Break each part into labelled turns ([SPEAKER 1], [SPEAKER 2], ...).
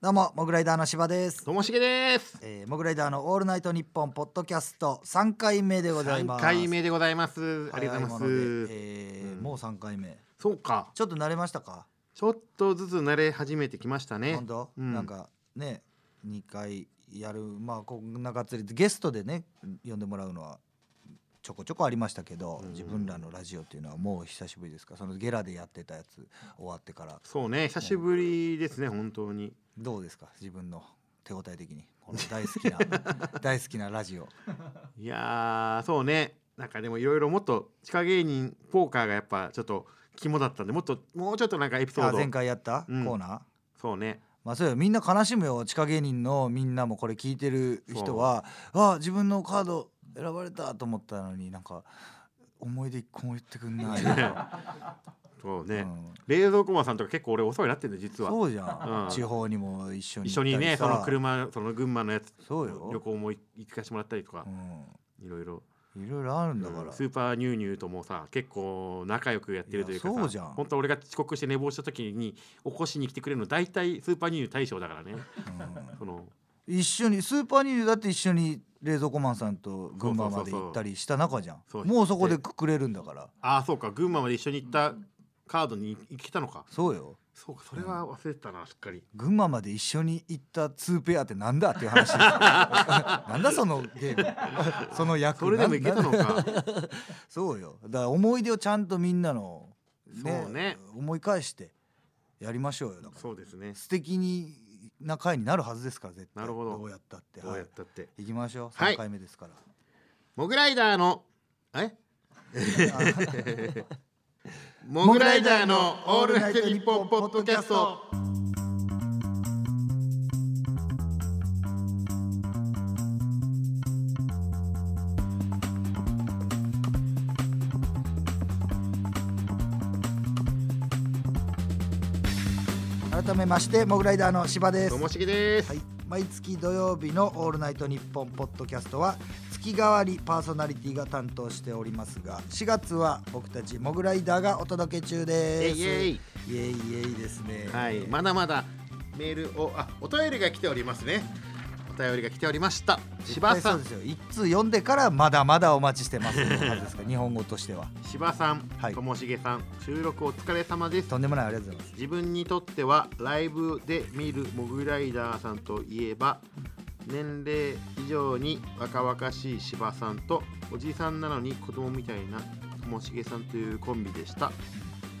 [SPEAKER 1] どうもモグライダーの柴です、
[SPEAKER 2] ともしげです。
[SPEAKER 1] えー、モグライダーのオールナイトニッポンポッドキャスト三回目でござい
[SPEAKER 2] 三
[SPEAKER 1] ます
[SPEAKER 2] 回目でございます。ありがとうござい
[SPEAKER 1] 早もの
[SPEAKER 2] ます。
[SPEAKER 1] でえーもう三回目
[SPEAKER 2] そうか、
[SPEAKER 1] ちょっと慣れましたか
[SPEAKER 2] ちょっとずつ慣れ始めてきましたね。
[SPEAKER 1] 本当、
[SPEAKER 2] うん
[SPEAKER 1] なんかね二回やるまあこんながっつりゲストでね呼んでもらうのはちょこちょこありましたけど、
[SPEAKER 2] うん
[SPEAKER 1] 自分らのラジオっていうのはもう久しぶりですかそのゲラでやってたやつ終わってから
[SPEAKER 2] そうね、久しぶりですね、本当に。
[SPEAKER 1] どうですか自分の手応え的にこの大好き な大好きなラジオ
[SPEAKER 2] いやー、そうね、なんかでもいろいろもっと地下芸人ポーカーがやっぱちょっと肝だったんで、もっともうちょっとなんかエピソ
[SPEAKER 1] あ
[SPEAKER 2] ー
[SPEAKER 1] 前
[SPEAKER 2] ド。
[SPEAKER 1] 回やったコ
[SPEAKER 2] うん
[SPEAKER 1] ーナー、
[SPEAKER 2] そうね、
[SPEAKER 1] まあそうよみんな悲しむよ地下芸人のみんなもこれ聞いてる人はあ自分のカード選ばれたと思ったのになんか思い出一個も言ってくんないとか、
[SPEAKER 2] そう
[SPEAKER 1] う
[SPEAKER 2] ね、
[SPEAKER 1] ん、
[SPEAKER 2] 冷蔵庫マンさんとか結構俺お世話になってんだよ実は。
[SPEAKER 1] そうじゃん、
[SPEAKER 2] うん
[SPEAKER 1] 地方にも一緒に
[SPEAKER 2] 一
[SPEAKER 1] 行
[SPEAKER 2] 緒
[SPEAKER 1] ったりさ
[SPEAKER 2] にね、その車、その群馬のやつ、
[SPEAKER 1] そうよ
[SPEAKER 2] 旅行も行行かしてもらったりとか、いろいろ。
[SPEAKER 1] うん、いろいろあるんだから、
[SPEAKER 2] スーパーニューニューともさ結構仲良くやってるというか
[SPEAKER 1] いやそう
[SPEAKER 2] さ
[SPEAKER 1] じゃん
[SPEAKER 2] 本当俺が遅刻して寝坊した時に起こしに来てくれるの大体スーパーニューニュー大将だから ねその
[SPEAKER 1] うん一緒にスーパーニューだって一緒に冷蔵庫マンさんと群馬まで行ったりした仲じゃん
[SPEAKER 2] そうそうそうそう
[SPEAKER 1] もうそこでくくれるんだから
[SPEAKER 2] ああそうか群馬まで一緒に行ったカードに行けたのか
[SPEAKER 1] そうよ
[SPEAKER 2] そうかそれは忘れてたなしっかり
[SPEAKER 1] 群馬まで一緒に行った2ペアってなんだっていう 話ですよなんだそのゲームその役
[SPEAKER 2] それでも行けたの
[SPEAKER 1] なな
[SPEAKER 2] か
[SPEAKER 1] そうよだから思い出をちゃんとみんなの、
[SPEAKER 2] そうね
[SPEAKER 1] 思い返してやりましょうよだから
[SPEAKER 2] そうですね
[SPEAKER 1] 素敵にな会になるはずですから絶対
[SPEAKER 2] なるほど
[SPEAKER 1] うやったって
[SPEAKER 2] どう
[SPEAKER 1] は
[SPEAKER 2] や
[SPEAKER 1] い
[SPEAKER 2] ったって
[SPEAKER 1] 行きましょう
[SPEAKER 2] はい
[SPEAKER 1] 3回目ですから、
[SPEAKER 2] モグライダーの えモグライダーのオールナイトニッポンポッドキャスト
[SPEAKER 1] 改めましてモグライダーの柴です
[SPEAKER 2] ともしげです、
[SPEAKER 1] はい、毎月土曜日の「オールナイトニッポン」ポッドキャストは月替わりパーソナリティが担当しておりますが4月は僕たちモグライダーがお届け中です
[SPEAKER 2] イエイイ
[SPEAKER 1] イエイイエイですね
[SPEAKER 2] はい、まだまだメールをあお便りが来ておりますね。お便りが来ておりました。
[SPEAKER 1] 絶
[SPEAKER 2] 柴
[SPEAKER 1] 対
[SPEAKER 2] さ
[SPEAKER 1] そうんで、すよ一通読んでからまだまだお待ちしてますのはずですか日本語としては
[SPEAKER 2] 柴さん
[SPEAKER 1] はい、
[SPEAKER 2] ともしげさん、収録お疲れ様です。
[SPEAKER 1] とんでもないありがとうございます
[SPEAKER 2] 自分にとってはライブで見るモグライダーさんといえば年齢以上に若々しい柴さんとおじさんなのに子供みたいなともしげさんというコンビでした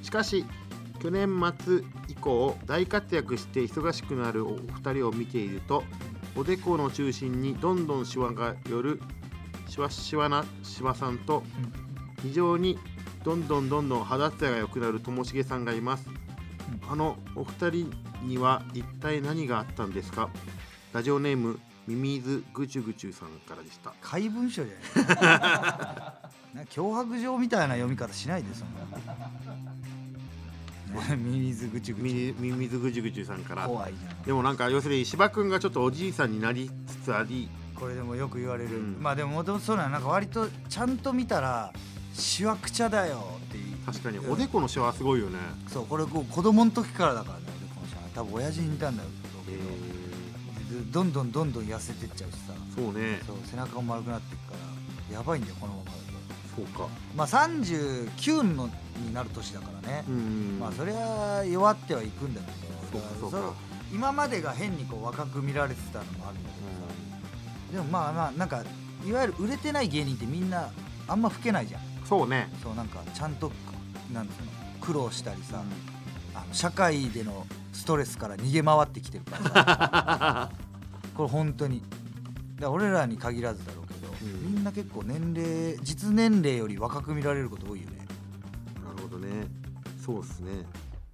[SPEAKER 2] しかし去年末以降大活躍して忙しくなるお二人を見ているとおでこの中心にどんどんシワが寄るシワシワな柴さんと非常にどんどんどんどん肌ツヤが良くなるともしげさんがいますあのお二人には一体何があったんですかラジオネームミミズぐちゅぐちゅさんからでした
[SPEAKER 1] 怪文書じゃ ないなんか脅迫状みたいな読み方しないでそ んなねミミズぐちぐ
[SPEAKER 2] ミ
[SPEAKER 1] ち
[SPEAKER 2] ミミミズぐちゅぐちゅさんから
[SPEAKER 1] 怖いな
[SPEAKER 2] でもなんか要するに芝君がちょっとおじいさんになりつつあり
[SPEAKER 1] これでもよく言われる、
[SPEAKER 2] うん
[SPEAKER 1] まあでももともとそうなのなんか割とちゃんと見たらしわくちゃだよっていう
[SPEAKER 2] 確かにおでこのシワはすごいよね、
[SPEAKER 1] そうこれこう子供の時からだからね俺この人多分親父に似たんだろうけど、ずどんどんどんどん痩せてっちゃうしさ
[SPEAKER 2] そうね
[SPEAKER 1] そう背中も丸くなってくからやばいんだよこのままだと
[SPEAKER 2] そうか
[SPEAKER 1] まあ39のになる年だからね
[SPEAKER 2] う、ん
[SPEAKER 1] まあそれは弱ってはいくんだけ
[SPEAKER 2] そ
[SPEAKER 1] ど
[SPEAKER 2] うかそう
[SPEAKER 1] だから
[SPEAKER 2] か
[SPEAKER 1] そ今までが変にこう若く見られてたのもあるんだけどさ、でもまあまあなんかいわゆる売れてない芸人ってみんなあんま老けないじゃん
[SPEAKER 2] うんそうね
[SPEAKER 1] そうなんかちゃんとなんつうの苦労したりさ、あの社会でのストレスから逃げ回ってきてるからさ これ本当にだから俺らに限らずだろうけど、
[SPEAKER 2] うん
[SPEAKER 1] みんな結構年齢実年齢より若く見られること多いよね
[SPEAKER 2] なるほどねそうですね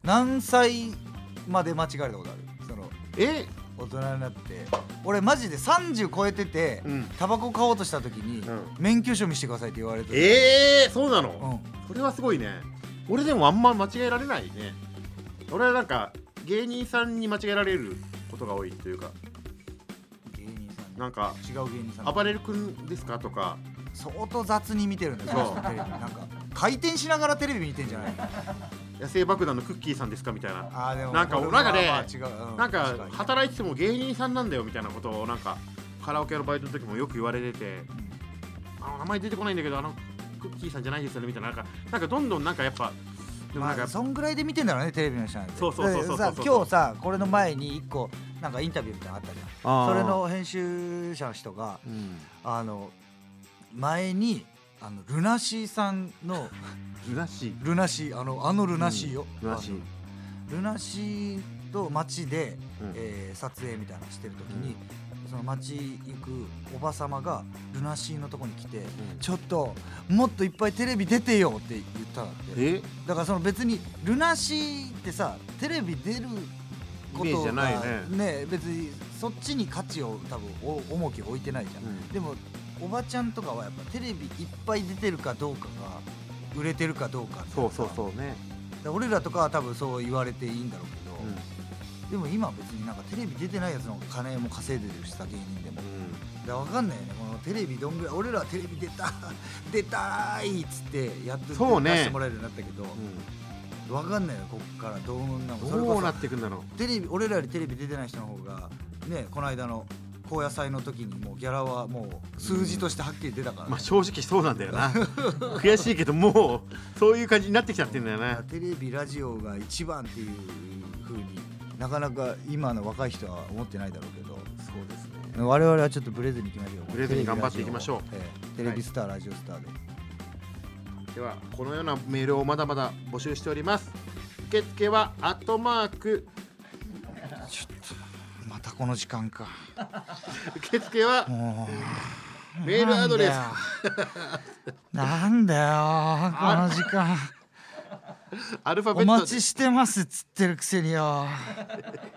[SPEAKER 1] 何歳まで間違えたことあるその
[SPEAKER 2] え
[SPEAKER 1] 大人になって俺マジで30超えてて、
[SPEAKER 2] うん
[SPEAKER 1] タバコ買おうとした時に、
[SPEAKER 2] う
[SPEAKER 1] 免許証見せてくださいって言われて
[SPEAKER 2] えー、そうなの、
[SPEAKER 1] うん
[SPEAKER 2] それはすごいね俺でもあんま間違えられないね俺はなんか芸人さんに間違えられることが多いというか
[SPEAKER 1] 芸人さんに
[SPEAKER 2] なんか
[SPEAKER 1] 違う芸人さん
[SPEAKER 2] 「暴れる君ですか?」とか
[SPEAKER 1] 相当雑に見てるんだよ
[SPEAKER 2] そう
[SPEAKER 1] テレビなんか回転しながらテレビ見てんじゃない
[SPEAKER 2] 「野生爆弾のクッキーさんですかみたいな
[SPEAKER 1] あーでも
[SPEAKER 2] なんか
[SPEAKER 1] これは
[SPEAKER 2] なんかね
[SPEAKER 1] まあ違うう
[SPEAKER 2] なんか
[SPEAKER 1] 確に
[SPEAKER 2] 働いてても芸人さんなんだよみたいなことをなんかカラオケのバイトの時もよく言われててあの名前出てこないんだけどあのクッキーさんじゃないですよねみたいななんかなんかどんどんなんかやっぱでも
[SPEAKER 1] ま
[SPEAKER 2] なんか
[SPEAKER 1] あ
[SPEAKER 2] やっぱ
[SPEAKER 1] そんぐらいで見てんだろうねテレビの人なんて
[SPEAKER 2] そうそうそうそうそう
[SPEAKER 1] だってさ今日さこれの前に一個なんかインタビューみたいなのあったじゃんそれの編集者の人が
[SPEAKER 2] うん
[SPEAKER 1] あの前にあのルナシーさんの
[SPEAKER 2] ルナシー
[SPEAKER 1] ルナシーあのあのルナシーよ、
[SPEAKER 2] ルナシ
[SPEAKER 1] あ
[SPEAKER 2] ー
[SPEAKER 1] のルナシーと街で、
[SPEAKER 2] うん
[SPEAKER 1] えー撮影みたいなのしてる時に、その街行くおばさまがルナシーのとこに来て「ちょっともっといっぱいテレビ出てよ」って言ったんだって
[SPEAKER 2] え
[SPEAKER 1] だからその別にルナシーってさテレビ出るこ
[SPEAKER 2] イメージ
[SPEAKER 1] と
[SPEAKER 2] じゃ
[SPEAKER 1] が
[SPEAKER 2] ない
[SPEAKER 1] ね別にそっちに価値を多分お重きを置いてないじゃん、
[SPEAKER 2] うん
[SPEAKER 1] でもおばちゃんとかはやっぱテレビいっぱい出てるかどうかが売れてるかどうか
[SPEAKER 2] そうそう
[SPEAKER 1] う
[SPEAKER 2] そうね
[SPEAKER 1] 俺らとかは多分そう言われていいんだろうけど、でも今別になんかテレビ出てないやつの方が金も稼いでるしさ芸人でもだから分かんないよねこのテレビどんぐらい俺らはテレビ出た 出たーいっつってやっと出
[SPEAKER 2] そうね
[SPEAKER 1] してもらえるようになったけど、わかんないよこっからどうなんかそれ
[SPEAKER 2] ど
[SPEAKER 1] こ
[SPEAKER 2] うなっ
[SPEAKER 1] そ
[SPEAKER 2] ていくんだろう
[SPEAKER 1] テレビ俺らよりテレビ出てない人の方がねこの間の高野菜の時にもうギャラはもう数字としてはっきり出たから、ね
[SPEAKER 2] まあ正直そうなんだよ な悔しいけどもうそういう感じになってきちゃってんだよね
[SPEAKER 1] テレビラジオが一番っていう風になかなか今の若い人は思ってないだろうけど
[SPEAKER 2] そうですね
[SPEAKER 1] 我々はちょっとブレずにいきましょう
[SPEAKER 2] ブレずに頑張っていきましょう
[SPEAKER 1] テレビラジオをええテレビスター、ラジオスターで
[SPEAKER 2] ではこのようなメールをまだまだ募集しております受付はアットマーク
[SPEAKER 1] ちょっとまたこの時間か
[SPEAKER 2] 受付は
[SPEAKER 1] もう
[SPEAKER 2] メールアドレス
[SPEAKER 1] なんだよなんだよこの時間
[SPEAKER 2] アルファベ
[SPEAKER 1] お
[SPEAKER 2] ッ
[SPEAKER 1] 待
[SPEAKER 2] トで
[SPEAKER 1] ちしてますっつってるくせによ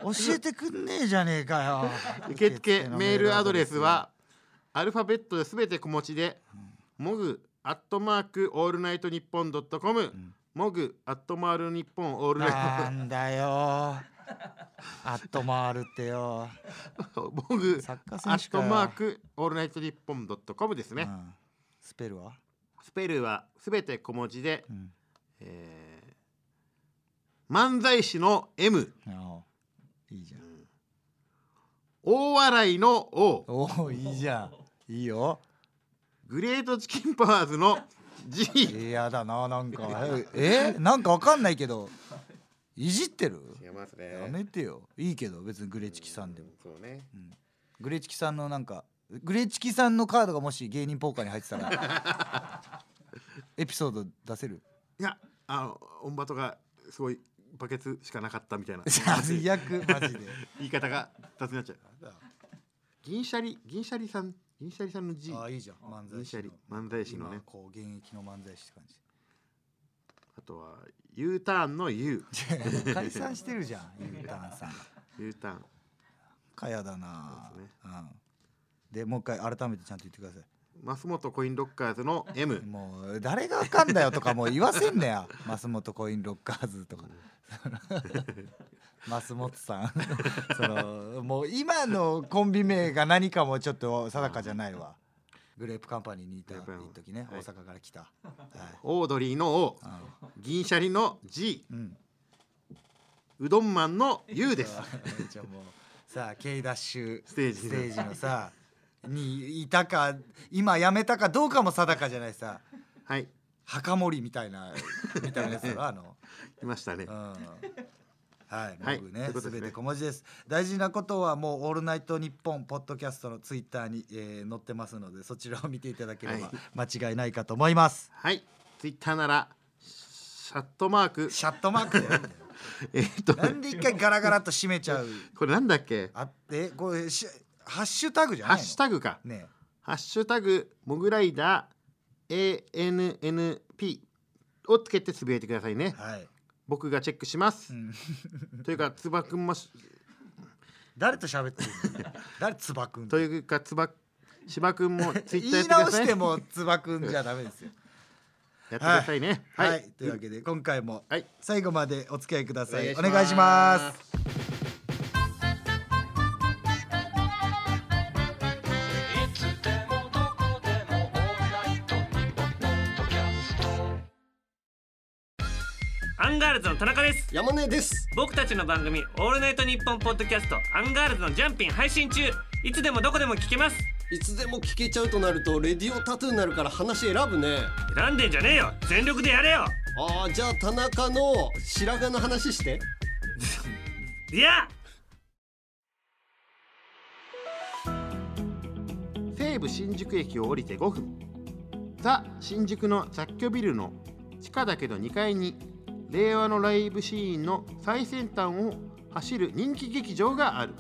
[SPEAKER 1] 教えてくんねえじゃねえかよ
[SPEAKER 2] 受付メールアドレス
[SPEAKER 1] は
[SPEAKER 2] はアルファベットですべて小文字でモグアットマークオールナイトニッポンドットコムモグアットマールニッポンオールナイ
[SPEAKER 1] なんだよアットマールってよ、
[SPEAKER 2] トモグ
[SPEAKER 1] サッカー
[SPEAKER 2] ア
[SPEAKER 1] 選手か
[SPEAKER 2] ット
[SPEAKER 1] よ
[SPEAKER 2] マークオールナイトニッポンドットコムです
[SPEAKER 1] う
[SPEAKER 2] ね、
[SPEAKER 1] ん、スペルは、
[SPEAKER 2] スペルはすべて小文字で、
[SPEAKER 1] うん、
[SPEAKER 2] えー漫才師の M
[SPEAKER 1] あいいじゃん
[SPEAKER 2] 大笑いの O
[SPEAKER 1] おおいいじゃんいいよ
[SPEAKER 2] グレートチキンパワーズの G
[SPEAKER 1] いやだななんかええなんかわかんないけどいじってる
[SPEAKER 2] 違いますね
[SPEAKER 1] やめてよいいけど別にグレチキさんでも
[SPEAKER 2] そうね
[SPEAKER 1] グレチキさんのなんかグレチキさんのカードがもし芸人ポーカーに入ってたらエピソード出せる
[SPEAKER 2] いやあのオンバトがすごいバケツしかなかったみた いな
[SPEAKER 1] 最悪マジで
[SPEAKER 2] 言い方が雑になっちゃう銀シャリ銀シャリさん銀シャリさんの G
[SPEAKER 1] ああいいじゃん漫才
[SPEAKER 2] 銀シャ
[SPEAKER 1] 師
[SPEAKER 2] リ
[SPEAKER 1] の
[SPEAKER 2] 漫才師の
[SPEAKER 1] 今
[SPEAKER 2] ね
[SPEAKER 1] こう現役の漫才師って感
[SPEAKER 2] あとは U ターンの UU
[SPEAKER 1] じ 解散してるじゃんゆうたんさん
[SPEAKER 2] ターン
[SPEAKER 1] かやだな
[SPEAKER 2] そうですね
[SPEAKER 1] うんでもう一回改めてちゃんと言ってください
[SPEAKER 2] 増本コインロッカーズの M
[SPEAKER 1] もう誰がわかんだよ とかもう言わせんねや増本コインロッカーズとか増本さん そのもう今のコンビ名が何かもちょっと定かじゃないわグレープカンパニーにいた
[SPEAKER 2] グレープカンパニー
[SPEAKER 1] 時ね
[SPEAKER 2] は
[SPEAKER 1] 大
[SPEAKER 2] い
[SPEAKER 1] 阪から来た、はい
[SPEAKER 2] オードリーの O
[SPEAKER 1] あ
[SPEAKER 2] 銀シャリの G
[SPEAKER 1] のうん
[SPEAKER 2] うどんマンの U です
[SPEAKER 1] じゃあもうさあ K ダッシュ
[SPEAKER 2] ステージ
[SPEAKER 1] ス
[SPEAKER 2] の
[SPEAKER 1] テージのさにいたか今やめたかどうかも定かじゃないさ
[SPEAKER 2] はい
[SPEAKER 1] 墓守みたいなみたいなやつだろあ の、
[SPEAKER 2] いましたね
[SPEAKER 1] うん、はい、
[SPEAKER 2] はい
[SPEAKER 1] 僕
[SPEAKER 2] とい
[SPEAKER 1] ね
[SPEAKER 2] うこと
[SPEAKER 1] す
[SPEAKER 2] ですね
[SPEAKER 1] べて小文字です大事なことはもう「オールナイトニッポン」ポッドキャストのツイッターに、えー載ってますのでそちらを見ていただければ間違いないかと思います、
[SPEAKER 2] はいツイッターならシャットマーク
[SPEAKER 1] シャットマークでいいんだよ
[SPEAKER 2] えーっと
[SPEAKER 1] なんで一回ガラガラっと閉めちゃう
[SPEAKER 2] これなんだっけ
[SPEAKER 1] あってこれしハッシュタグじゃ
[SPEAKER 2] ハ
[SPEAKER 1] ない
[SPEAKER 2] ッ
[SPEAKER 1] の
[SPEAKER 2] シュタグか
[SPEAKER 1] ね
[SPEAKER 2] ハッシュタグモグライダー ANNP をつけてつぶやいてくださいね
[SPEAKER 1] はい、
[SPEAKER 2] 僕がチェックします、
[SPEAKER 1] ん
[SPEAKER 2] というかつばくんもし
[SPEAKER 1] 誰と喋ってるの誰つばくん
[SPEAKER 2] というかつばしばくんもツイ
[SPEAKER 1] 言
[SPEAKER 2] ッターやっ
[SPEAKER 1] い
[SPEAKER 2] てくだ
[SPEAKER 1] 直
[SPEAKER 2] さ
[SPEAKER 1] し
[SPEAKER 2] い
[SPEAKER 1] てもつばくんじゃダメですよ
[SPEAKER 2] やってくださいね
[SPEAKER 1] はい、というわけで今回も
[SPEAKER 2] はい
[SPEAKER 1] 最後までお付き合いくださいお
[SPEAKER 2] お願
[SPEAKER 1] 願
[SPEAKER 2] い
[SPEAKER 1] い
[SPEAKER 2] し
[SPEAKER 1] し
[SPEAKER 2] ま
[SPEAKER 1] ますす
[SPEAKER 3] いつでもどこでもオールナイトニッポンポッドキャスト
[SPEAKER 4] アンガールズの田中です
[SPEAKER 5] 山根です
[SPEAKER 4] 僕たちの番組「オールナイトニッポン」ポッドキャスト「アンガールズのジャンピン」配信中いつでもどこでも聞けます
[SPEAKER 5] いつでも聞けちゃうとなるとレディオタトゥーになるから話選ぶね
[SPEAKER 4] 選んでんじゃねえよ全力でやれよ
[SPEAKER 5] あーじゃあ田中の白髪の話して
[SPEAKER 4] いや
[SPEAKER 2] 西武新宿駅を降りて5分ザ・新宿の雑居ビルの地下だけど2階に令和のライブシーンの最先端を走る人気劇場がある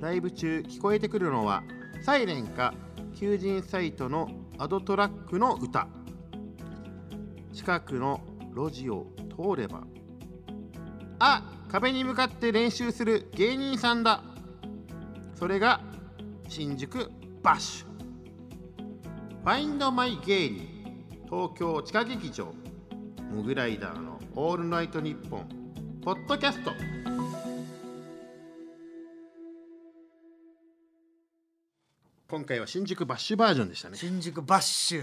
[SPEAKER 2] ライブ中聞こえてくるのはサイレンか求人サイトのアドトラックの歌近くの路地を通ればあ壁に向かって練習する芸人さんだそれが新宿バッシュファインドマイ芸人東京地下劇場モグライダーのオールナイトニッポンポッドキャスト今回は新宿バッシュバージョンでしたね
[SPEAKER 1] 新宿バッシュ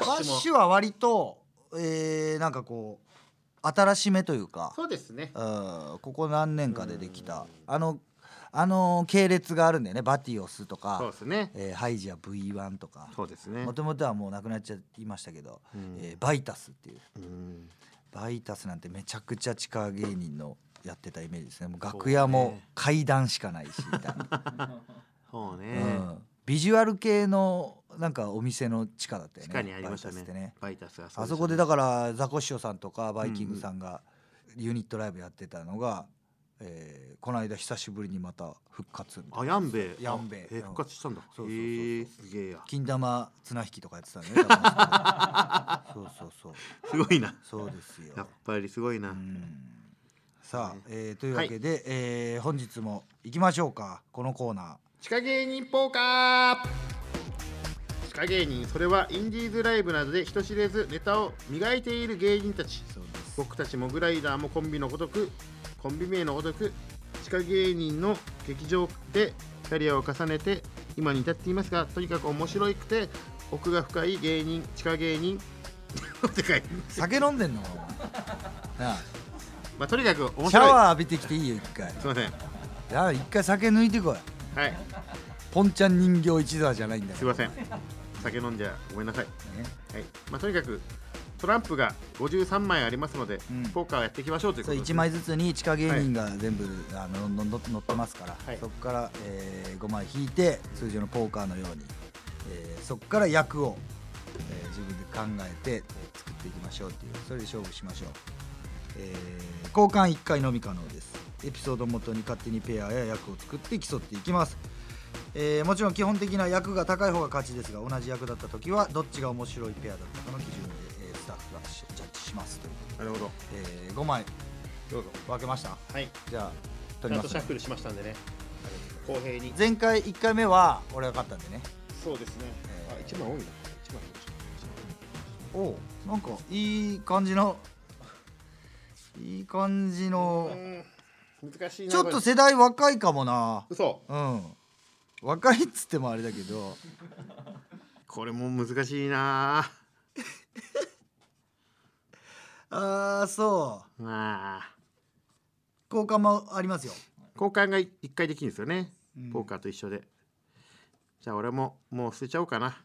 [SPEAKER 1] バ
[SPEAKER 5] ッ
[SPEAKER 1] ッ
[SPEAKER 5] シュも
[SPEAKER 1] シュは割とえー、なんかこう新しめというか
[SPEAKER 2] そうですね
[SPEAKER 1] うんここ何年かでできたあのあの系列があるんだよねバティオスと
[SPEAKER 2] そう
[SPEAKER 1] か
[SPEAKER 2] で、すね
[SPEAKER 1] えーハイジア V1 とか
[SPEAKER 2] そうですね
[SPEAKER 1] もともとはもうなくなっちゃいましたけど、えーバイタスっていう
[SPEAKER 2] うん
[SPEAKER 1] バイタスなんてめちゃくちゃ地下芸人のやってたイメージですねもう楽屋も階段しかないしみたいな、
[SPEAKER 2] そうね
[SPEAKER 1] うん、ビジュアル系のなんかお店の地下だったよ
[SPEAKER 2] 地
[SPEAKER 1] ね
[SPEAKER 2] 下にありました
[SPEAKER 1] バイタスって
[SPEAKER 2] ねバイタスが
[SPEAKER 1] あそこで
[SPEAKER 2] だ
[SPEAKER 1] だからザコシショウさんとかバイキングさんがユニットライブやってたのが、えーこの間久しぶりにまた復活みたいな
[SPEAKER 2] あヤンベイ
[SPEAKER 1] ヤンベイ
[SPEAKER 2] あえ復活したんだへ
[SPEAKER 1] そうそうそうそう
[SPEAKER 2] えすげえや
[SPEAKER 1] 金玉綱引きとかやってたのね 多分そうそう
[SPEAKER 2] すごいな
[SPEAKER 1] そうそうですよ
[SPEAKER 2] やっぱりすごいな
[SPEAKER 1] さあ、えーというわけで、えー本日も行きましょうかこのコーナー
[SPEAKER 2] 地下芸人ポーカー地下芸人それはインディーズライブなどで人知れずネタを磨いている芸人たち
[SPEAKER 1] そうです
[SPEAKER 2] 僕たちモグライダーもコンビのごとくコンビ名のごとく地下芸人の劇場でキャリアを重ねて今に至っていますがとにかく面白くて奥が深い芸人地下芸人 世界、
[SPEAKER 1] 酒飲んでんのかお 前な
[SPEAKER 2] まあ、とにかく
[SPEAKER 1] あ
[SPEAKER 2] 面
[SPEAKER 1] シャ
[SPEAKER 2] 白い
[SPEAKER 1] ワー浴びてきていいよ一回
[SPEAKER 2] すいません
[SPEAKER 1] なあ一回酒抜いてこい
[SPEAKER 2] はい
[SPEAKER 1] ポンちゃん人形一座じゃないんだ
[SPEAKER 2] す
[SPEAKER 1] か
[SPEAKER 2] い
[SPEAKER 1] ら
[SPEAKER 2] ません酒飲んじゃごめんなさい
[SPEAKER 1] ね
[SPEAKER 2] はいまあ、とにかくトランプが53枚ありますので、
[SPEAKER 1] うん
[SPEAKER 2] ポーカーをやっていきましょうというこ
[SPEAKER 1] そ
[SPEAKER 2] と
[SPEAKER 1] う
[SPEAKER 2] で
[SPEAKER 1] 1枚ずつに地下芸人が全部、あののの乗ってますから、
[SPEAKER 2] はい
[SPEAKER 1] そこから、え5枚引いて通常のポーカーのように、えーそこから役を、えー自分で考えて、えー作っていきましょうっていうそれで勝負しましょう、えー交換1回のみ可能ですエピソードをもとに勝手にペアや役を作って競っていきますえーもちろん基本的な役が高い方が勝ちですが同じ役だった時はどっちが面白いペアだったかの基準で、えースタッフがジャッジしますという
[SPEAKER 2] なるほど
[SPEAKER 1] えー、5枚
[SPEAKER 2] どうぞ
[SPEAKER 1] 分けました
[SPEAKER 2] はい
[SPEAKER 1] じゃあ
[SPEAKER 2] ち
[SPEAKER 1] 取り
[SPEAKER 2] ゃん
[SPEAKER 1] ま
[SPEAKER 2] と
[SPEAKER 1] す、
[SPEAKER 2] シャッフルしましたんでね公平に
[SPEAKER 1] 前回1回目は俺が勝ったんでね
[SPEAKER 2] そうですね、
[SPEAKER 1] えー
[SPEAKER 2] あ一番多いな一番
[SPEAKER 1] おおなんかいい感じのいい感じ
[SPEAKER 2] 多
[SPEAKER 1] の
[SPEAKER 2] いうん難しいな
[SPEAKER 1] ちょっと
[SPEAKER 2] これ
[SPEAKER 1] 世代若いかもな
[SPEAKER 2] 嘘
[SPEAKER 1] うん若いっつってもあれだけど
[SPEAKER 2] これも難しいな
[SPEAKER 1] ああそう
[SPEAKER 2] まあ
[SPEAKER 1] 交換もありますよ
[SPEAKER 2] 交換がい一回できるんですよね、ポーカーと一緒でじゃあ俺ももう捨てちゃおうかな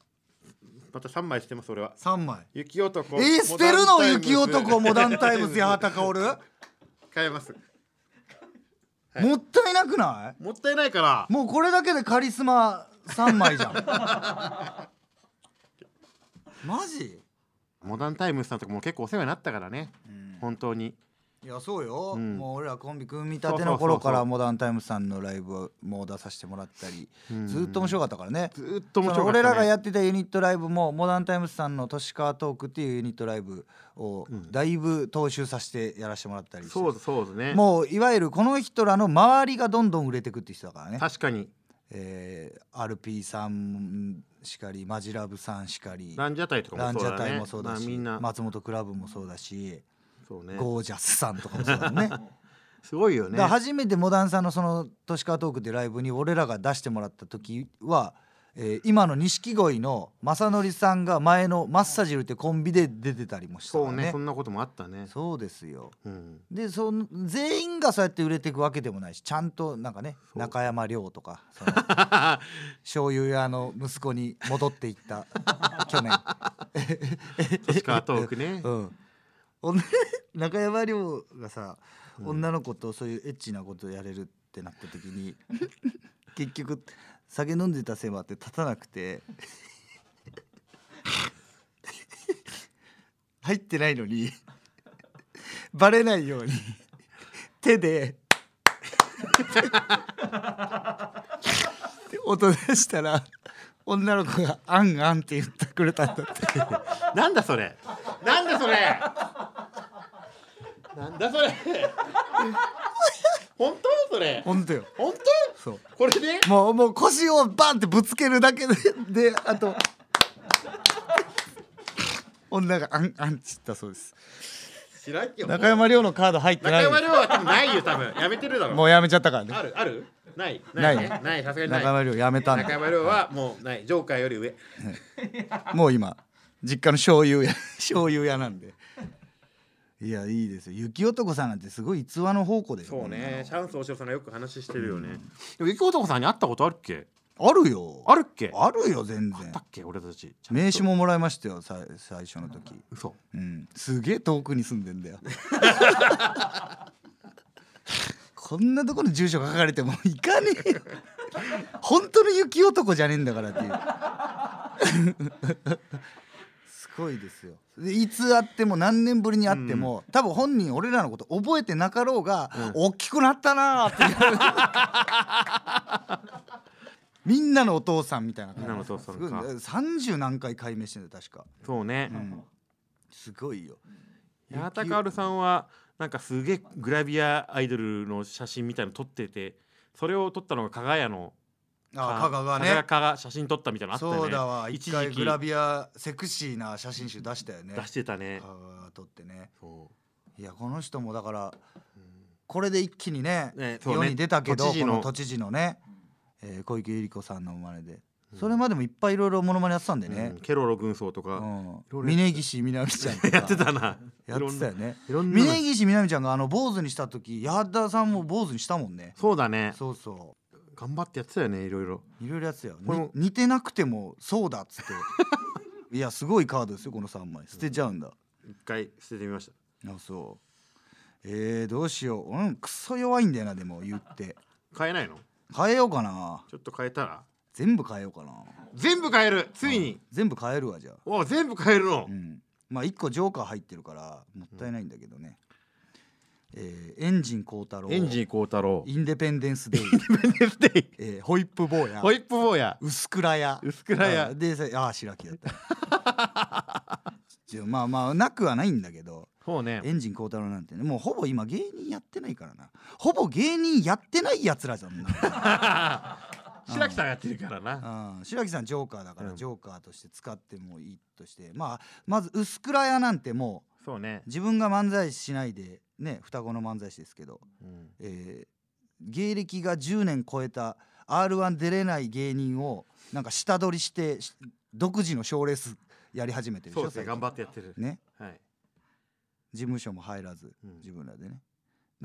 [SPEAKER 2] また3枚捨てます俺は
[SPEAKER 1] 3枚
[SPEAKER 2] 雪男
[SPEAKER 1] えー、捨てるの
[SPEAKER 2] モダンタイムズ
[SPEAKER 1] 雪男モダンタイムズ八幡薫、
[SPEAKER 2] 変えます
[SPEAKER 1] もったいなくない
[SPEAKER 2] もったいないから
[SPEAKER 1] もうこれだけでカリスマ3枚 じゃんマジ
[SPEAKER 2] モダンタイムズさんとかも結構お世話になったからね、本当に
[SPEAKER 1] いやそうよ、
[SPEAKER 2] ん
[SPEAKER 1] もう俺らコンビ組み立ての頃か
[SPEAKER 2] そうそうそうそ
[SPEAKER 1] ら
[SPEAKER 2] う
[SPEAKER 1] モダンタイムさんのライブも出させてもらったり、
[SPEAKER 2] ん
[SPEAKER 1] ずっと面白かったからね
[SPEAKER 2] ずーっと面白かっ
[SPEAKER 1] その
[SPEAKER 2] たね
[SPEAKER 1] 俺らがやってたユニットライブもモダンタイムさんの「都市川トーク」っていうユニットライブをだいぶ踏襲させてやらせてもらったりして
[SPEAKER 2] そうそうですね
[SPEAKER 1] もういわゆるこの人らの周りがどんどん売れてくって人だからね
[SPEAKER 2] 確かに
[SPEAKER 1] えー、RP さんしかりマジラブさんしかり
[SPEAKER 2] ランジャタイと
[SPEAKER 1] ラン
[SPEAKER 2] かも
[SPEAKER 1] ジ
[SPEAKER 2] そ
[SPEAKER 1] ャ
[SPEAKER 2] うだね
[SPEAKER 1] タイもそうだ
[SPEAKER 2] まあ
[SPEAKER 1] し、
[SPEAKER 2] みんな、
[SPEAKER 1] 松本クラブもそうだし、
[SPEAKER 2] そうね
[SPEAKER 1] ゴージャスさんとかもそうだ ねだか
[SPEAKER 2] すごいよね
[SPEAKER 1] ら初めてモダンさんのその「都市川トーク」でライブに俺らが出してもらった時はえー今の錦鯉の正則さんが前のマッサージルってコンビで出てたりもしたか
[SPEAKER 2] そう
[SPEAKER 1] ら
[SPEAKER 2] ね
[SPEAKER 1] ね
[SPEAKER 2] そんなこともあったね
[SPEAKER 1] そうですよ
[SPEAKER 2] うん
[SPEAKER 1] でその全員がそうやって売れていくわけでもないしちゃんとなんかね
[SPEAKER 2] そう
[SPEAKER 1] 中山亮とか その醤油屋の息子に戻っていった去年
[SPEAKER 2] 確かトークね
[SPEAKER 1] うんほんで中山亮がさ、
[SPEAKER 2] うん
[SPEAKER 1] 女の子とそういうエッチなことやれるってなった時 に結局酒飲んでたせいもあって立たなくて入ってないのにバレないように手 でって音出したら女の子が「あんあん」って言ってくれたんだって。
[SPEAKER 2] なんだそれなんだそれなんだそれ本当それ
[SPEAKER 1] 本当よ
[SPEAKER 2] 本
[SPEAKER 1] そう
[SPEAKER 2] 当これで
[SPEAKER 1] もうもう腰をバンってぶつけるだけで であと女があんあんって言ったそうです
[SPEAKER 2] 知らんけど
[SPEAKER 1] 中山亮のカード入って
[SPEAKER 2] 中
[SPEAKER 1] ない
[SPEAKER 2] 山亮は多分ないよ多分やめてるだろ
[SPEAKER 1] もうやめちゃったからね
[SPEAKER 2] あるあるない
[SPEAKER 1] ない
[SPEAKER 2] ねないさすがにな
[SPEAKER 1] 中
[SPEAKER 2] い
[SPEAKER 1] 山亮やめたん
[SPEAKER 2] 中
[SPEAKER 1] だ
[SPEAKER 2] 山亮はもうないジョーカーより上
[SPEAKER 1] もう今実家の醤油屋 醤油屋なんでいやいいですよ雪男さんなんてすごい逸話の宝庫で
[SPEAKER 2] そうねチャンス大城さんがよく話してるよねでも雪男さんに会ったことあるっけ
[SPEAKER 1] あるよ
[SPEAKER 2] あるっけあっ
[SPEAKER 1] あるよ全然
[SPEAKER 2] たっけ俺たち
[SPEAKER 1] 名刺ももらいましたよさい最初の時
[SPEAKER 2] 嘘
[SPEAKER 1] うん、すげえ遠くに住んでんだよこんなところに住所書かれてもいかねえよ本当の雪男じゃねえんだからっていうすごいですよでいつ会っても何年ぶりに会っても、多分本人俺らのこと覚えてなかろうが、大きくなったなー っていうみんなのお父さんみたいな感じ
[SPEAKER 2] みんなのお父さんか
[SPEAKER 1] すごいね30何回解明してんだよ確か
[SPEAKER 2] そうね
[SPEAKER 1] うんすごいよ。
[SPEAKER 2] 八幡薫さんはなんかすげえグラビアアイドルの写真みたいの撮っててそれを撮ったのが加賀屋の
[SPEAKER 1] あ、加賀が
[SPEAKER 2] 加賀
[SPEAKER 1] ね。
[SPEAKER 2] 加賀写真撮ったみたいなのあったよね
[SPEAKER 1] そうだわ。
[SPEAKER 2] 一
[SPEAKER 1] 一回
[SPEAKER 2] 時期
[SPEAKER 1] グラビアセクシーな写真集出したよね。
[SPEAKER 2] 出してたね
[SPEAKER 1] 加賀が撮ってね。
[SPEAKER 2] そ
[SPEAKER 1] いやこの人もだから
[SPEAKER 2] ううん
[SPEAKER 1] これで一気にね
[SPEAKER 2] ねそうね
[SPEAKER 1] 世に出たけど
[SPEAKER 2] 都知事
[SPEAKER 1] こ
[SPEAKER 2] の
[SPEAKER 1] の都知事のね、えー小池百合子さんの生まれで。それまでもいっぱいいろいろモノマネやってたんで
[SPEAKER 2] う
[SPEAKER 1] ね
[SPEAKER 2] ん。ケロロ軍曹とか
[SPEAKER 1] うん。峯岸みなみちゃんとか
[SPEAKER 2] やってたな
[SPEAKER 1] やってたよね。
[SPEAKER 2] いろんなの
[SPEAKER 1] 峯岸みなみちゃんがあの坊主にした時、矢田さんも坊主にしたもんね。
[SPEAKER 2] そうだね
[SPEAKER 1] そうそう。
[SPEAKER 2] 頑張ってやってたよねいろいろ
[SPEAKER 1] いろいろやつよ
[SPEAKER 2] これも
[SPEAKER 1] 似てなくてもそうだっつって いやすごいカードですよこの3枚捨てちゃうんだ、
[SPEAKER 2] 一回捨ててみました
[SPEAKER 1] あそうえー、どうしよううんクソ弱いんだよなでも言って
[SPEAKER 2] 買えないの
[SPEAKER 1] 変えようかな
[SPEAKER 2] ちょっと変えたら
[SPEAKER 1] 全部変えようかな
[SPEAKER 2] 全部変えるついに
[SPEAKER 1] 全部変えるわじゃあ
[SPEAKER 2] お全部変えるの
[SPEAKER 1] うんまあ1個ジョーカー入ってるからもったいないんだけどね、えーエンジン光太郎
[SPEAKER 2] エンジン幸太郎
[SPEAKER 1] インデペンデンス・デ イ、えーホイップ坊や
[SPEAKER 2] ホイップ坊や
[SPEAKER 1] 薄倉屋
[SPEAKER 2] 薄倉屋
[SPEAKER 1] あでさああ白木だったじゃあ まあまあなくはないんだけど
[SPEAKER 2] そうね
[SPEAKER 1] エンジン幸太郎なんてねもうほぼ今芸人やってないからなほぼ芸人やってないやつらじゃ んな
[SPEAKER 2] 白木さんやってるからな
[SPEAKER 1] うん白木さんジョーカーだか
[SPEAKER 2] う
[SPEAKER 1] ら
[SPEAKER 2] ん
[SPEAKER 1] ジョーカーとして使ってもいいとしてまあまず薄倉屋なんてもう
[SPEAKER 2] そうね
[SPEAKER 1] 自分が漫才師しないでね双子の漫才師ですけど、
[SPEAKER 2] うん
[SPEAKER 1] えー芸歴が10年超えた r 1出れない芸人をなんか下取りしてし独自の賞レースやり始めてるでし
[SPEAKER 2] そう
[SPEAKER 1] ょ
[SPEAKER 2] ですね頑張ってやってる
[SPEAKER 1] 最近ね
[SPEAKER 2] はい
[SPEAKER 1] 事務所も入らず、
[SPEAKER 2] うん
[SPEAKER 1] 自分らでねだか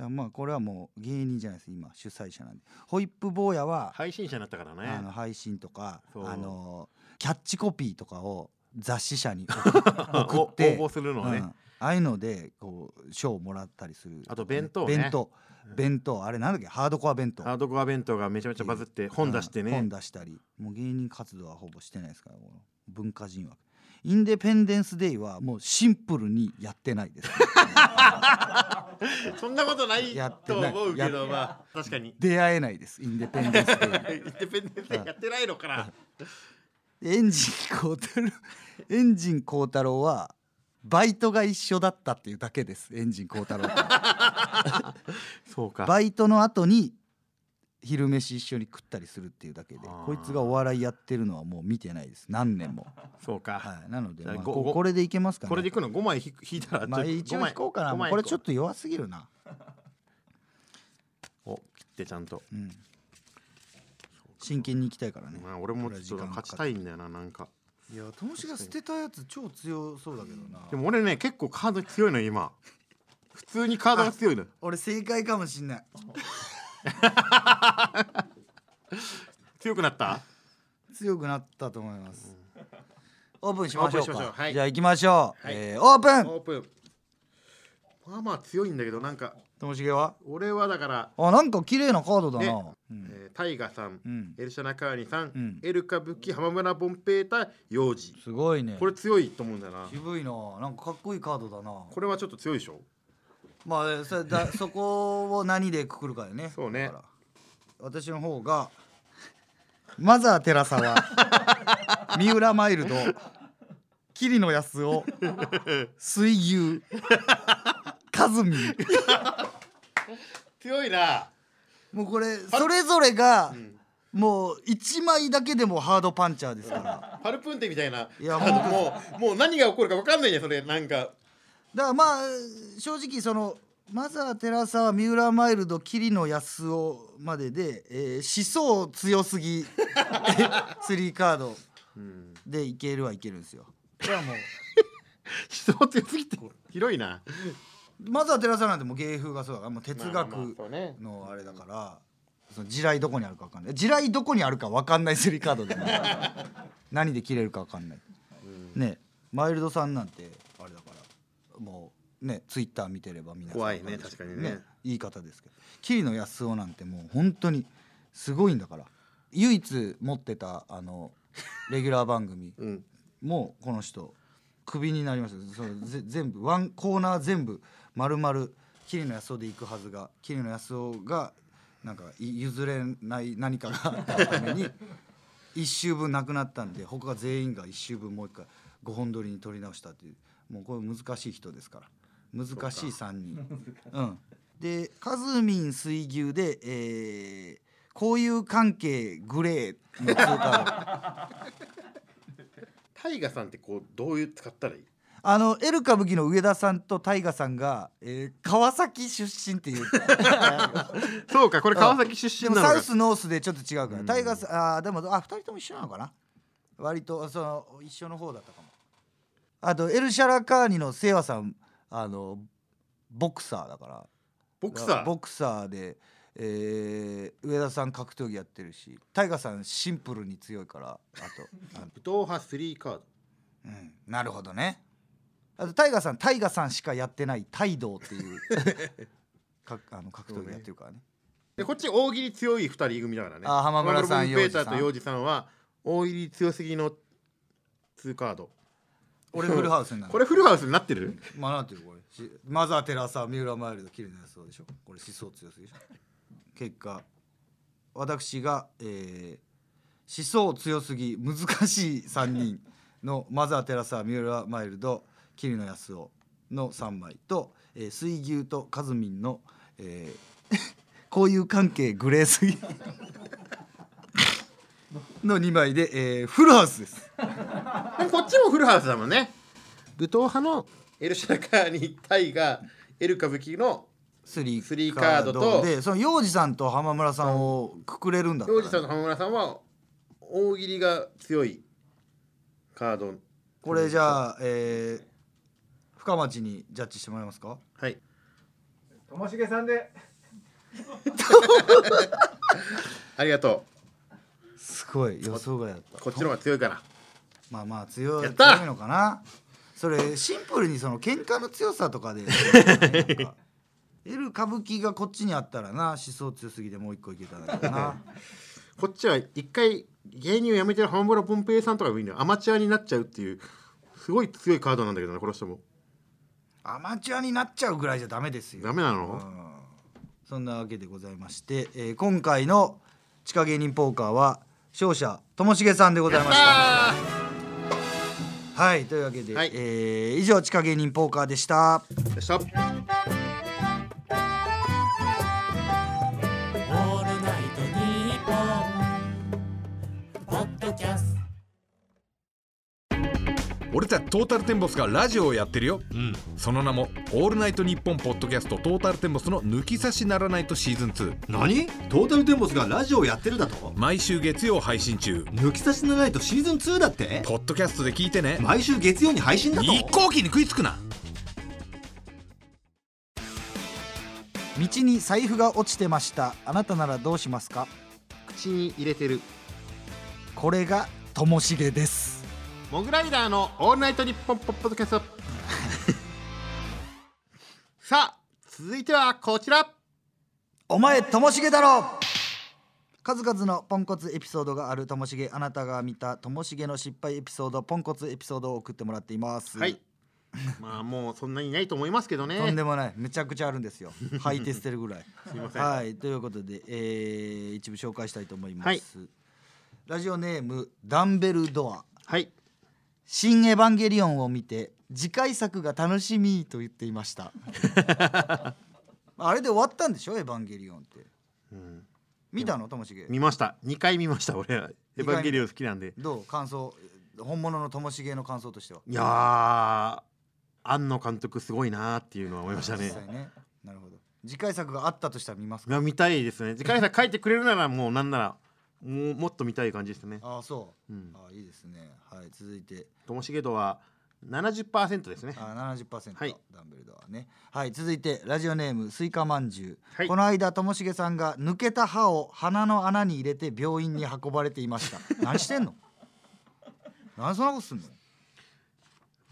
[SPEAKER 1] らまあこれはもう芸人じゃないです今主催者なんでホイップ坊やは、
[SPEAKER 2] 配信者になったから
[SPEAKER 1] あの
[SPEAKER 2] ね
[SPEAKER 1] 配信とか
[SPEAKER 2] そう
[SPEAKER 1] あのキャッチコピーとかを雑誌社 に
[SPEAKER 2] お
[SPEAKER 1] 送
[SPEAKER 2] 応
[SPEAKER 1] って
[SPEAKER 2] 募するの
[SPEAKER 1] う
[SPEAKER 2] ね
[SPEAKER 1] んああいうのでこう賞をもらったりする
[SPEAKER 2] あと弁当ね
[SPEAKER 1] 弁当弁当あれなんだっけハードコア弁当
[SPEAKER 2] ハードコア弁当がめちゃめちゃバズって本出して
[SPEAKER 1] うん
[SPEAKER 2] ね
[SPEAKER 1] 本出したりもう芸人活動はほぼしてないですからこの文化人枠インデペンデンス・デイはもうシンプルにやってない です、
[SPEAKER 2] そんなことない
[SPEAKER 1] やって
[SPEAKER 2] と
[SPEAKER 1] ない
[SPEAKER 2] 思うけど
[SPEAKER 1] や
[SPEAKER 2] まあ確かに
[SPEAKER 1] 出会えないですインデペンデンス・デイ
[SPEAKER 2] インデペンデンスデーやってないのから
[SPEAKER 1] エンジン光太郎エンジン光太郎はバイトが一緒だったっていうだけですエンジン光太郎 と
[SPEAKER 2] そうか
[SPEAKER 1] バイトの後に昼飯一緒に食ったりするっていうだけで
[SPEAKER 2] あー
[SPEAKER 1] こいつがお笑いやってるのはもう見てないです何年 も
[SPEAKER 2] そうか
[SPEAKER 1] はいなので、
[SPEAKER 2] じゃあ
[SPEAKER 1] まあ
[SPEAKER 2] ご
[SPEAKER 1] こ
[SPEAKER 2] ご
[SPEAKER 1] これでいけますかね
[SPEAKER 2] これでいくの5枚引く引いたら
[SPEAKER 1] まあ
[SPEAKER 2] ちょっと
[SPEAKER 1] 一
[SPEAKER 2] 五
[SPEAKER 1] 応
[SPEAKER 2] 枚
[SPEAKER 1] 引こうかなも
[SPEAKER 2] 五
[SPEAKER 1] う
[SPEAKER 2] 枚
[SPEAKER 1] これちょっ
[SPEAKER 2] と
[SPEAKER 1] と弱すぎるな、
[SPEAKER 2] お切ってちゃんと
[SPEAKER 1] うん、真剣に行きたいからね
[SPEAKER 2] まあ、俺もちょっと勝ちたいんだよななんか
[SPEAKER 1] いやともしが捨てたやつ超強そうだけどな
[SPEAKER 2] でも俺ね結構カード強いのよ今普通にカードが強いのよ
[SPEAKER 1] 俺正解かもしんない
[SPEAKER 2] 強くなった
[SPEAKER 1] 強くなったと思います、オープンしましょうか
[SPEAKER 2] オープンしましょうはい
[SPEAKER 1] じゃあ行きましょう、
[SPEAKER 2] はい
[SPEAKER 1] えーオープン
[SPEAKER 2] オープンまあまあ強いんだけどなんか
[SPEAKER 1] ともしげは
[SPEAKER 2] 俺はだから、
[SPEAKER 1] あなんか綺麗なカードだな、
[SPEAKER 2] ね
[SPEAKER 1] うん
[SPEAKER 2] えー、タイガさん、
[SPEAKER 1] うん
[SPEAKER 2] エルシャナカーニさん、
[SPEAKER 1] うん
[SPEAKER 2] エルカブキ浜村ボンペータ幼児
[SPEAKER 1] すごいね
[SPEAKER 2] これ強いと思うんだよな
[SPEAKER 1] 渋いななんかかっこいいカードだな
[SPEAKER 2] これはちょっと強いでしょ
[SPEAKER 1] まあそれ だそこを何でくくるかよね
[SPEAKER 2] そうね
[SPEAKER 1] だから私の方がマザー寺沢 三浦マイルド桐野康夫水 牛和美
[SPEAKER 2] 強いな
[SPEAKER 1] もうこれそれぞれがもう一枚だけでもハードパンチャーですからだか
[SPEAKER 2] パルプンテみたいない
[SPEAKER 1] や
[SPEAKER 2] あのもうもう何が起こるか分かんないねそれなんから
[SPEAKER 1] まあ正直そのマザー寺沢三浦マイルド桐野康夫までで、えー、思想強すぎ スリーカード
[SPEAKER 2] うん
[SPEAKER 1] でいけるはいけるんですよ。これはもう
[SPEAKER 2] 人強す ぎて広いな
[SPEAKER 1] マザー寺沢なんてもう芸風がそうだからもう哲
[SPEAKER 2] まあまあまあ
[SPEAKER 1] 学
[SPEAKER 2] そうね
[SPEAKER 1] のあれだからその地雷どこにあるかわかんない地雷どこにあるかわかんないスリーカードでも何で切れるかわかんない。ねマイルドさんなんてあれだからもうねツイッター見てれば皆さん
[SPEAKER 2] 怖い
[SPEAKER 1] わ
[SPEAKER 2] ね
[SPEAKER 1] るし
[SPEAKER 2] 確かにね
[SPEAKER 1] 言い方ですけど桐野安夫なんてもう本当にすごいんだから唯一持ってたあのレギュラー番組
[SPEAKER 2] うん
[SPEAKER 1] もうこの人クビになりましたそうぜ全部ワンコーナー全部丸々桐野安夫で行くはずが桐野安夫がなんかい譲れない何かがあるために1周分なくなったんで他が全員が1周分もう一回5本撮りに撮り直したっていうもうこれ難しい人ですから 難しい3人。うん、で「カズミン水牛で」えー交友関係グレー」の通貨
[SPEAKER 2] タイガさんってこうどういう使ったらいい
[SPEAKER 1] あのエル歌舞伎の上田さんと大ガさんが、えー川崎出身っていう
[SPEAKER 2] そうかこれ川崎
[SPEAKER 1] で
[SPEAKER 2] 出身
[SPEAKER 1] も
[SPEAKER 2] なの
[SPEAKER 1] サ
[SPEAKER 2] か
[SPEAKER 1] ウスノースでちょっと違うから、
[SPEAKER 2] うん
[SPEAKER 1] 大ガさんあーでもあ2人とも一緒なのかな割とその一緒の方だったかもあとエルシャラカーニのセイワさんあのボクサーだから
[SPEAKER 2] ボクサー
[SPEAKER 1] ボクサーで、えー上田さん格闘技やってるし大ガさんシンプルに強いからあと あの
[SPEAKER 2] 武闘派3カード
[SPEAKER 1] うん、なるほどねあとタイガーさんタイガーさんしかやってない態度っていう かあの格闘技やってるからね
[SPEAKER 2] でこっち大喜利強い2人組だからね
[SPEAKER 1] あ浜村さん
[SPEAKER 2] 浜村
[SPEAKER 1] 洋二さん
[SPEAKER 2] ボンペーターと洋二さんは大喜利強すぎの2カード
[SPEAKER 1] 俺フルハウスになる
[SPEAKER 2] これフルハウスになってる
[SPEAKER 1] まあなんていうのこれしマザー・テラサ三浦マイルド綺麗なやつそうでしょこれ思想強すぎでしょ結果私が、えー、思想強すぎ難しい3人のマザー・テラサ三浦マイルド桐野康夫の3枚と、えー、水牛とカズミンの、えー、交友関係グレースギの2枚で、えー、フルハウスです
[SPEAKER 2] でもこっちもフルハウスだもんね武闘派のエルシャラカーニタイガエル歌舞伎の
[SPEAKER 1] スリ
[SPEAKER 2] スリーカードと
[SPEAKER 1] でその幼児さんと浜村さんをくくれるんだったら
[SPEAKER 2] 洋二さんと浜村さんは大喜利が強いカード
[SPEAKER 1] これじゃあ、えー、深町にジャッジしてもらえますか
[SPEAKER 2] はい
[SPEAKER 6] ともしげさんで
[SPEAKER 2] ありがと
[SPEAKER 1] すごい予想外だっ
[SPEAKER 2] う
[SPEAKER 1] た
[SPEAKER 2] こっちの方が強いから
[SPEAKER 1] まあまあ強い
[SPEAKER 2] やった
[SPEAKER 1] 強いのかなそれシンプルにその喧嘩の強さとかでなん か L 歌舞伎がこっちにあったらな思想強すぎてもう一個いけたんだけどな
[SPEAKER 2] こっちは一回芸人を辞めてる浜村ポンペイさんとかもいいのよアマチュアになっちゃうっていうすごい強いカードなんだけどねこの人も
[SPEAKER 1] アマチュアになっちゃうぐらいじゃダメですよ
[SPEAKER 2] ダメなの、
[SPEAKER 1] そんなわけでございまして、えー今回の地下芸人ポーカーは勝者ともしげさんでございました。はいというわけで、
[SPEAKER 2] はい
[SPEAKER 1] えー以上地下芸人ポーカーでした。
[SPEAKER 2] でしたオ
[SPEAKER 7] 俺たちトータルテンボスがラジオをやってるよ
[SPEAKER 8] うん
[SPEAKER 7] その名も「オールナイトニッポン」ポッドキャスト「トータルテンボスの抜き差しならないとシーズン2
[SPEAKER 8] 何トータルテンボスがラジオをやってるだと」
[SPEAKER 7] 毎週月曜配信中
[SPEAKER 8] 抜き差しならないとシーズン2だって
[SPEAKER 7] ポッドキャストで聞いてね
[SPEAKER 8] 毎週月曜に配信だと
[SPEAKER 7] 一向機に食いつくな
[SPEAKER 1] 道に財布が落ちてましたあなたならどうしますか
[SPEAKER 2] 口に入れてる
[SPEAKER 1] これがともしげです
[SPEAKER 2] モグライダーのオールナイトニッポンポッポドキ ャストさあ続いてはこちら
[SPEAKER 1] お前ともしげだろ数々のポンコツエピソードがあるともしげあなたが見たともしげの失敗エピソードポンコツエピソードを送ってもらっています
[SPEAKER 2] はいまあもうそんなにないと思いますけどね
[SPEAKER 1] とんでもないめちゃくちゃあるんですよ吐いて捨てるぐらい
[SPEAKER 2] すいません
[SPEAKER 1] はいということで、えー一部紹介したいと思います、
[SPEAKER 2] はい
[SPEAKER 1] ラジオネームダンベルドア
[SPEAKER 2] はい
[SPEAKER 1] 新エヴァンゲリオンを見て次回作が楽しみと言っていました あれで終わったんでしょエヴァンゲリオンって、見たのともしげ
[SPEAKER 2] 見ました2回見ました俺はエヴァンゲリオン好きなんで
[SPEAKER 1] どう感想本物のともしげの感想としてはい
[SPEAKER 2] やー庵野監督すごいなーっていうのは思いましたね
[SPEAKER 1] 実際ねなるほど次回作があったとしたら見ますか
[SPEAKER 2] が見たいですね次回さん書いてくれるならもうなんならもうもっと見たい感じですね
[SPEAKER 1] ああそう、
[SPEAKER 2] うん
[SPEAKER 1] ああいいですねはい続いて
[SPEAKER 2] ともしげ度は70%ですね
[SPEAKER 1] あ70%、
[SPEAKER 2] はい
[SPEAKER 1] ダンベルドアねはい続いてラジオネームスイカまんじゅう、
[SPEAKER 2] はい
[SPEAKER 1] この間ともしげさんが抜けた歯を鼻の穴に入れて病院に運ばれていました 何してんの何そんなことすんの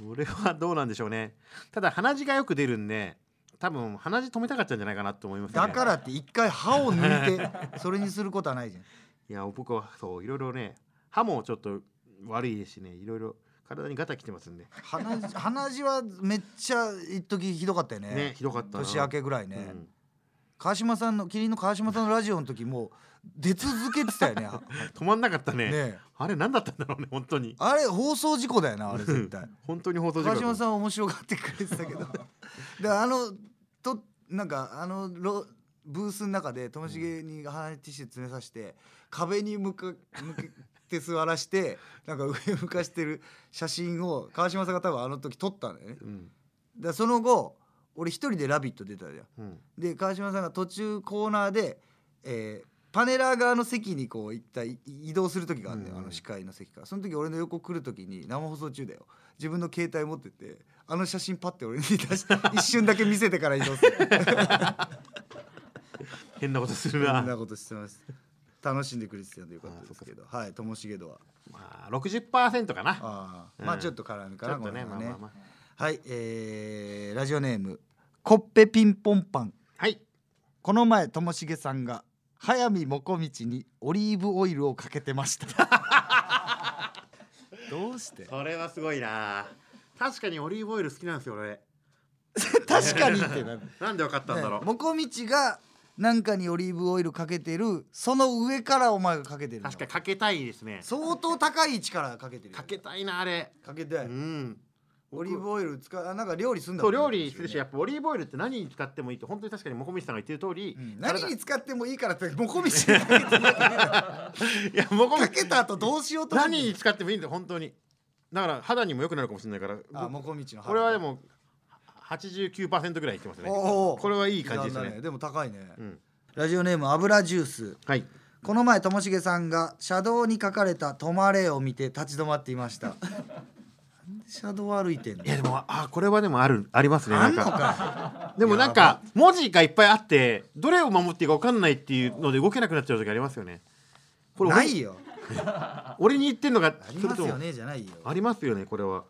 [SPEAKER 2] 俺はどうなんでしょうねただ鼻血がよく出るんで多分鼻血止めたかったんじゃないかなと思いますね
[SPEAKER 1] だからって一回歯を抜いてそれにすることはないじゃん
[SPEAKER 2] いや僕はそういろいろね歯もちょっと悪いですしねいろいろ体にガタきてますんで
[SPEAKER 1] 鼻血鼻血はめっちゃ一時ひどかったよね
[SPEAKER 2] ねひどかったな
[SPEAKER 1] 年明けぐらいね、
[SPEAKER 2] うん
[SPEAKER 1] 川島さんの麒麟の川島さんのラジオの時もう出続けてたよね
[SPEAKER 2] 止まんなかった ね
[SPEAKER 1] ねえ
[SPEAKER 2] あれ何だったんだろうね本当に
[SPEAKER 1] あれ放送事故だよなあれ絶 対
[SPEAKER 2] 本当に放送事
[SPEAKER 1] 川
[SPEAKER 2] 故だと思
[SPEAKER 1] 島
[SPEAKER 2] う
[SPEAKER 1] さんは面白がってくれてたけどであのとなんかあのロブースの中でともしげに鼻にティッシュ詰めさせて壁に向か向けて座らしてなんか上向かしてる写真を川島さんが多分あの時撮ったんだよね。
[SPEAKER 2] うん
[SPEAKER 1] でその後俺一人で「ラビット!」出たじゃん。
[SPEAKER 2] うん
[SPEAKER 1] で川島さんが途中コーナーで、えーパネラー側の席にこう一体移動する時があって、
[SPEAKER 2] うんうん
[SPEAKER 1] あの司会の席からその時俺の横来る時に生放送中だよ自分の携帯持っててあの写真パッて俺に出して 一瞬だけ見せてから移動する
[SPEAKER 2] 変なことする
[SPEAKER 1] そ
[SPEAKER 2] なん
[SPEAKER 1] なことしてます楽しんでくれてたんでよかったですけどはいともしげ度は
[SPEAKER 2] まあ60%かな
[SPEAKER 1] あー、
[SPEAKER 2] うん
[SPEAKER 1] まあちょっと絡みか
[SPEAKER 2] ちょ
[SPEAKER 1] な
[SPEAKER 2] っとね
[SPEAKER 1] こ
[SPEAKER 2] ま
[SPEAKER 1] の辺
[SPEAKER 2] あま
[SPEAKER 1] は
[SPEAKER 2] あまあ
[SPEAKER 1] はいえーラジオネームコッペピンポンパン
[SPEAKER 2] はい
[SPEAKER 1] この前ともしげさんが早見もこみちにオリーブオイルをかけてました どうして
[SPEAKER 2] それはすごいな確かにオリーブオイル好きなんですよ俺
[SPEAKER 1] 確かにってなる、ね
[SPEAKER 2] なんでわかったんだろう、
[SPEAKER 1] もこみちがなんかにオリーブオイルかけてるその上からお前がかけてるの
[SPEAKER 2] 確かにかけたいですね
[SPEAKER 1] 相当高い位置からかけてるよ
[SPEAKER 2] かけたいなあれ
[SPEAKER 1] かけてない
[SPEAKER 2] うん
[SPEAKER 1] オリーブオイル使うあなんか料理すんだ
[SPEAKER 2] そ
[SPEAKER 1] も
[SPEAKER 2] うん
[SPEAKER 1] ね
[SPEAKER 2] 料理するし
[SPEAKER 1] ね
[SPEAKER 2] やっぱオリーブオイルって何に使ってもいいって本当に確かにもこみちさんが言ってる通
[SPEAKER 1] う
[SPEAKER 2] り、
[SPEAKER 1] ん何
[SPEAKER 2] 体
[SPEAKER 1] に使ってもいいからってもこみちにかけ て
[SPEAKER 2] いやもこみ
[SPEAKER 1] かけた後どうしようと思って
[SPEAKER 2] 何に使ってもいいんだよ本当にだから肌にも良くなるかもしれないから
[SPEAKER 1] あ
[SPEAKER 2] 僕
[SPEAKER 1] もこみちの
[SPEAKER 2] これはでも89%ぐらいいってますね
[SPEAKER 1] おー
[SPEAKER 2] これはいい感じです
[SPEAKER 1] 刻ん
[SPEAKER 2] ね
[SPEAKER 1] だでも高いね、
[SPEAKER 2] うん
[SPEAKER 1] ラジオネーム油ジュース
[SPEAKER 2] はい
[SPEAKER 1] この前ともしげさんが車道に書かれた「止まれ」を見て立ち止まっていましたなんで車道歩いてんの
[SPEAKER 2] いやでもああこれはでもあるありますね
[SPEAKER 1] あ
[SPEAKER 2] なん
[SPEAKER 1] んの
[SPEAKER 2] か
[SPEAKER 1] か
[SPEAKER 2] でもなんか文字がいっぱいあってどれを守っていいか分かんないっていうので動けなくなっちゃう時ありますよねこ
[SPEAKER 1] い
[SPEAKER 2] れ俺
[SPEAKER 1] ないよ
[SPEAKER 2] 俺に言ってんのが
[SPEAKER 1] あります
[SPEAKER 2] それ
[SPEAKER 1] よ
[SPEAKER 2] とも
[SPEAKER 1] ねじゃないよ
[SPEAKER 2] ありますよねこれは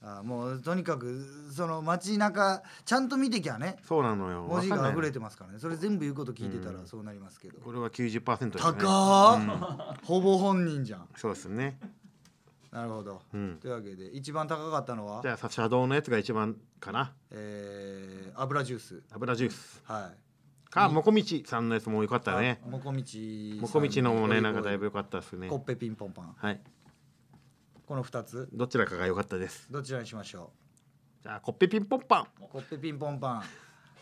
[SPEAKER 1] あもうとにかくその街中ちゃんと見てきゃね
[SPEAKER 2] そうなのよ
[SPEAKER 1] 文字
[SPEAKER 2] わ
[SPEAKER 1] が
[SPEAKER 2] かん
[SPEAKER 1] 溢
[SPEAKER 2] ない
[SPEAKER 1] れてますからねそれ全部言うこと聞いてたらそうなりますけど、
[SPEAKER 2] これは90%ですね
[SPEAKER 1] 高ー、ほぼ本人じゃん
[SPEAKER 2] そうですね
[SPEAKER 1] なるほど、
[SPEAKER 2] うん
[SPEAKER 1] というわけで一番高かったのは
[SPEAKER 2] じゃあさシャドウのやつが一番かな
[SPEAKER 1] えー、油ジュース
[SPEAKER 2] 油ジュース
[SPEAKER 1] はい
[SPEAKER 2] かもこみちさんのやつも良かったね
[SPEAKER 1] あもこみちさん
[SPEAKER 2] もこみちのもねなんかだいぶ良かったですね
[SPEAKER 1] コッペピンポンパン
[SPEAKER 2] はい
[SPEAKER 1] この2つ
[SPEAKER 2] どちらかが良かったです
[SPEAKER 1] どちらにしましょ
[SPEAKER 2] じゃあコッペピンポンパン
[SPEAKER 1] うコッペピンポンパン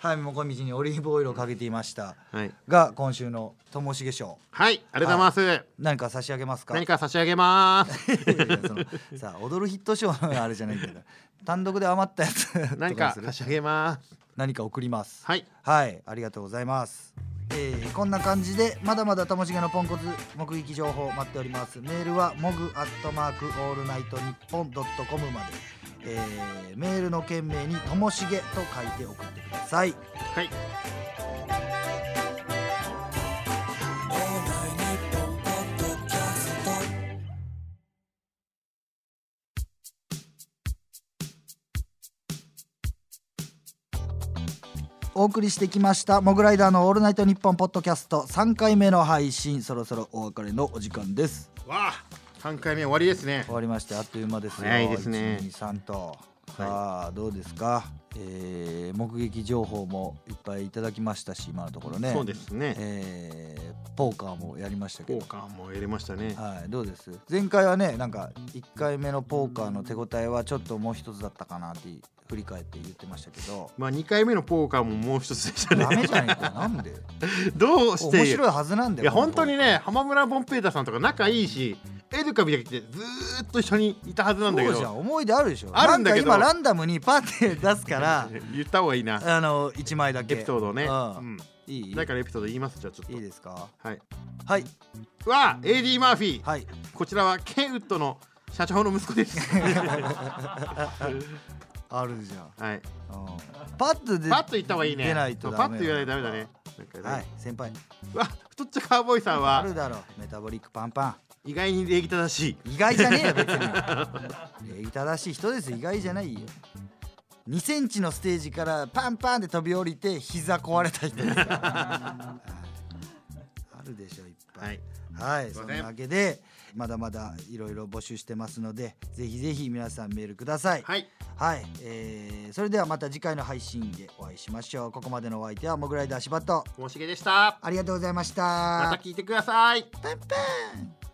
[SPEAKER 1] はいもこみちにオリーブオイルをかけていました
[SPEAKER 2] はい、
[SPEAKER 1] が今週のともしげ賞
[SPEAKER 2] はい、ありがとうございます、
[SPEAKER 1] 何か差し上げますか
[SPEAKER 2] 何か差し上 げます
[SPEAKER 1] いやいやそのさあ踊るヒット賞のあれじゃないけど単独で余ったやつと
[SPEAKER 2] 何
[SPEAKER 1] にか
[SPEAKER 2] か
[SPEAKER 1] する
[SPEAKER 2] 差し上げます
[SPEAKER 1] 何か送ります
[SPEAKER 2] はい
[SPEAKER 1] はい、ありがとうございます。えーこんな感じでまだまだともしげのポンコツ目撃情報待っておりますメールはモグアットマークオールナイトニッポンドットコムまで、えーメールの件名に「ともしげ」と書いて送ってください
[SPEAKER 2] はい
[SPEAKER 1] お送りしてきました「モグライダーのオールナイトニッポン」ポッドキャスト3回目の配信そろそろお別れのお時間です
[SPEAKER 2] わあ3回目終わりですね
[SPEAKER 1] 終わりましてあっという間ですよ
[SPEAKER 2] 早いですね
[SPEAKER 1] 123とさあどうですか、えー目撃情報もいっぱいいただきましたし今のところね
[SPEAKER 2] そうですね
[SPEAKER 1] えーポーカーもやりましたけ
[SPEAKER 2] ポ
[SPEAKER 1] ど
[SPEAKER 2] ーカーもやりましたね
[SPEAKER 1] はいどうです前回はねなんか1回目のポーカーの手応えはちょっともう一つだったかなって振り返って言ってましたけ ど
[SPEAKER 2] まあ2回目のポーカーももう一つでした
[SPEAKER 1] ダ
[SPEAKER 2] ね
[SPEAKER 1] メじゃねえかなんで
[SPEAKER 2] どうして
[SPEAKER 1] 面白いはずなんだよ
[SPEAKER 2] いや本当に
[SPEAKER 1] ね
[SPEAKER 2] ね浜村ボンペイタさんとか仲いいしエルカビだけ来てずーっと一緒にいたはずなんだけ
[SPEAKER 1] そうじゃ
[SPEAKER 2] ど
[SPEAKER 1] ん思い出あるでしょ
[SPEAKER 2] あるんだけど
[SPEAKER 1] なんか今ランダムにパッて出すから
[SPEAKER 2] 言った方がいいな
[SPEAKER 1] あの1枚だけ
[SPEAKER 2] エピソードをね、
[SPEAKER 1] うん
[SPEAKER 2] うん、
[SPEAKER 1] いい
[SPEAKER 2] だからエピソード言いますじゃあちょっと
[SPEAKER 1] いいですか
[SPEAKER 2] はい
[SPEAKER 1] はい
[SPEAKER 2] わあ AD マーフィー、
[SPEAKER 1] はい
[SPEAKER 2] こちらはケンウッドの社長の息 子です
[SPEAKER 1] あるじゃん、
[SPEAKER 2] はい
[SPEAKER 1] うん、パッとで
[SPEAKER 2] パッと言った方がいいね
[SPEAKER 1] 出ないとダメ
[SPEAKER 2] パッと言わないとダメだねなんかね、
[SPEAKER 1] はい先輩
[SPEAKER 2] わ太っちょカーボーイさん
[SPEAKER 1] あ
[SPEAKER 2] は
[SPEAKER 1] るだろメタボリックパンパン
[SPEAKER 2] 意外に礼儀正しい
[SPEAKER 1] 意外じゃ ねえよ別に礼儀正しい人です意外じゃないよ2センチのステージからパンパンで飛び降りて膝壊れた人ですから あるでしょいっぱ
[SPEAKER 2] はいい
[SPEAKER 1] はい、
[SPEAKER 2] すい
[SPEAKER 1] そん
[SPEAKER 2] ません
[SPEAKER 1] なわけでまだまだいろいろ募集してますのでぜひぜひ皆さんメールください
[SPEAKER 2] はい
[SPEAKER 1] はい、えーそれではまた次回の配信でお会いしましょうここまでのお相手はモグライダー柴と
[SPEAKER 2] ともしげでした
[SPEAKER 1] ありがとうございました
[SPEAKER 2] また聞いてください
[SPEAKER 1] パンパン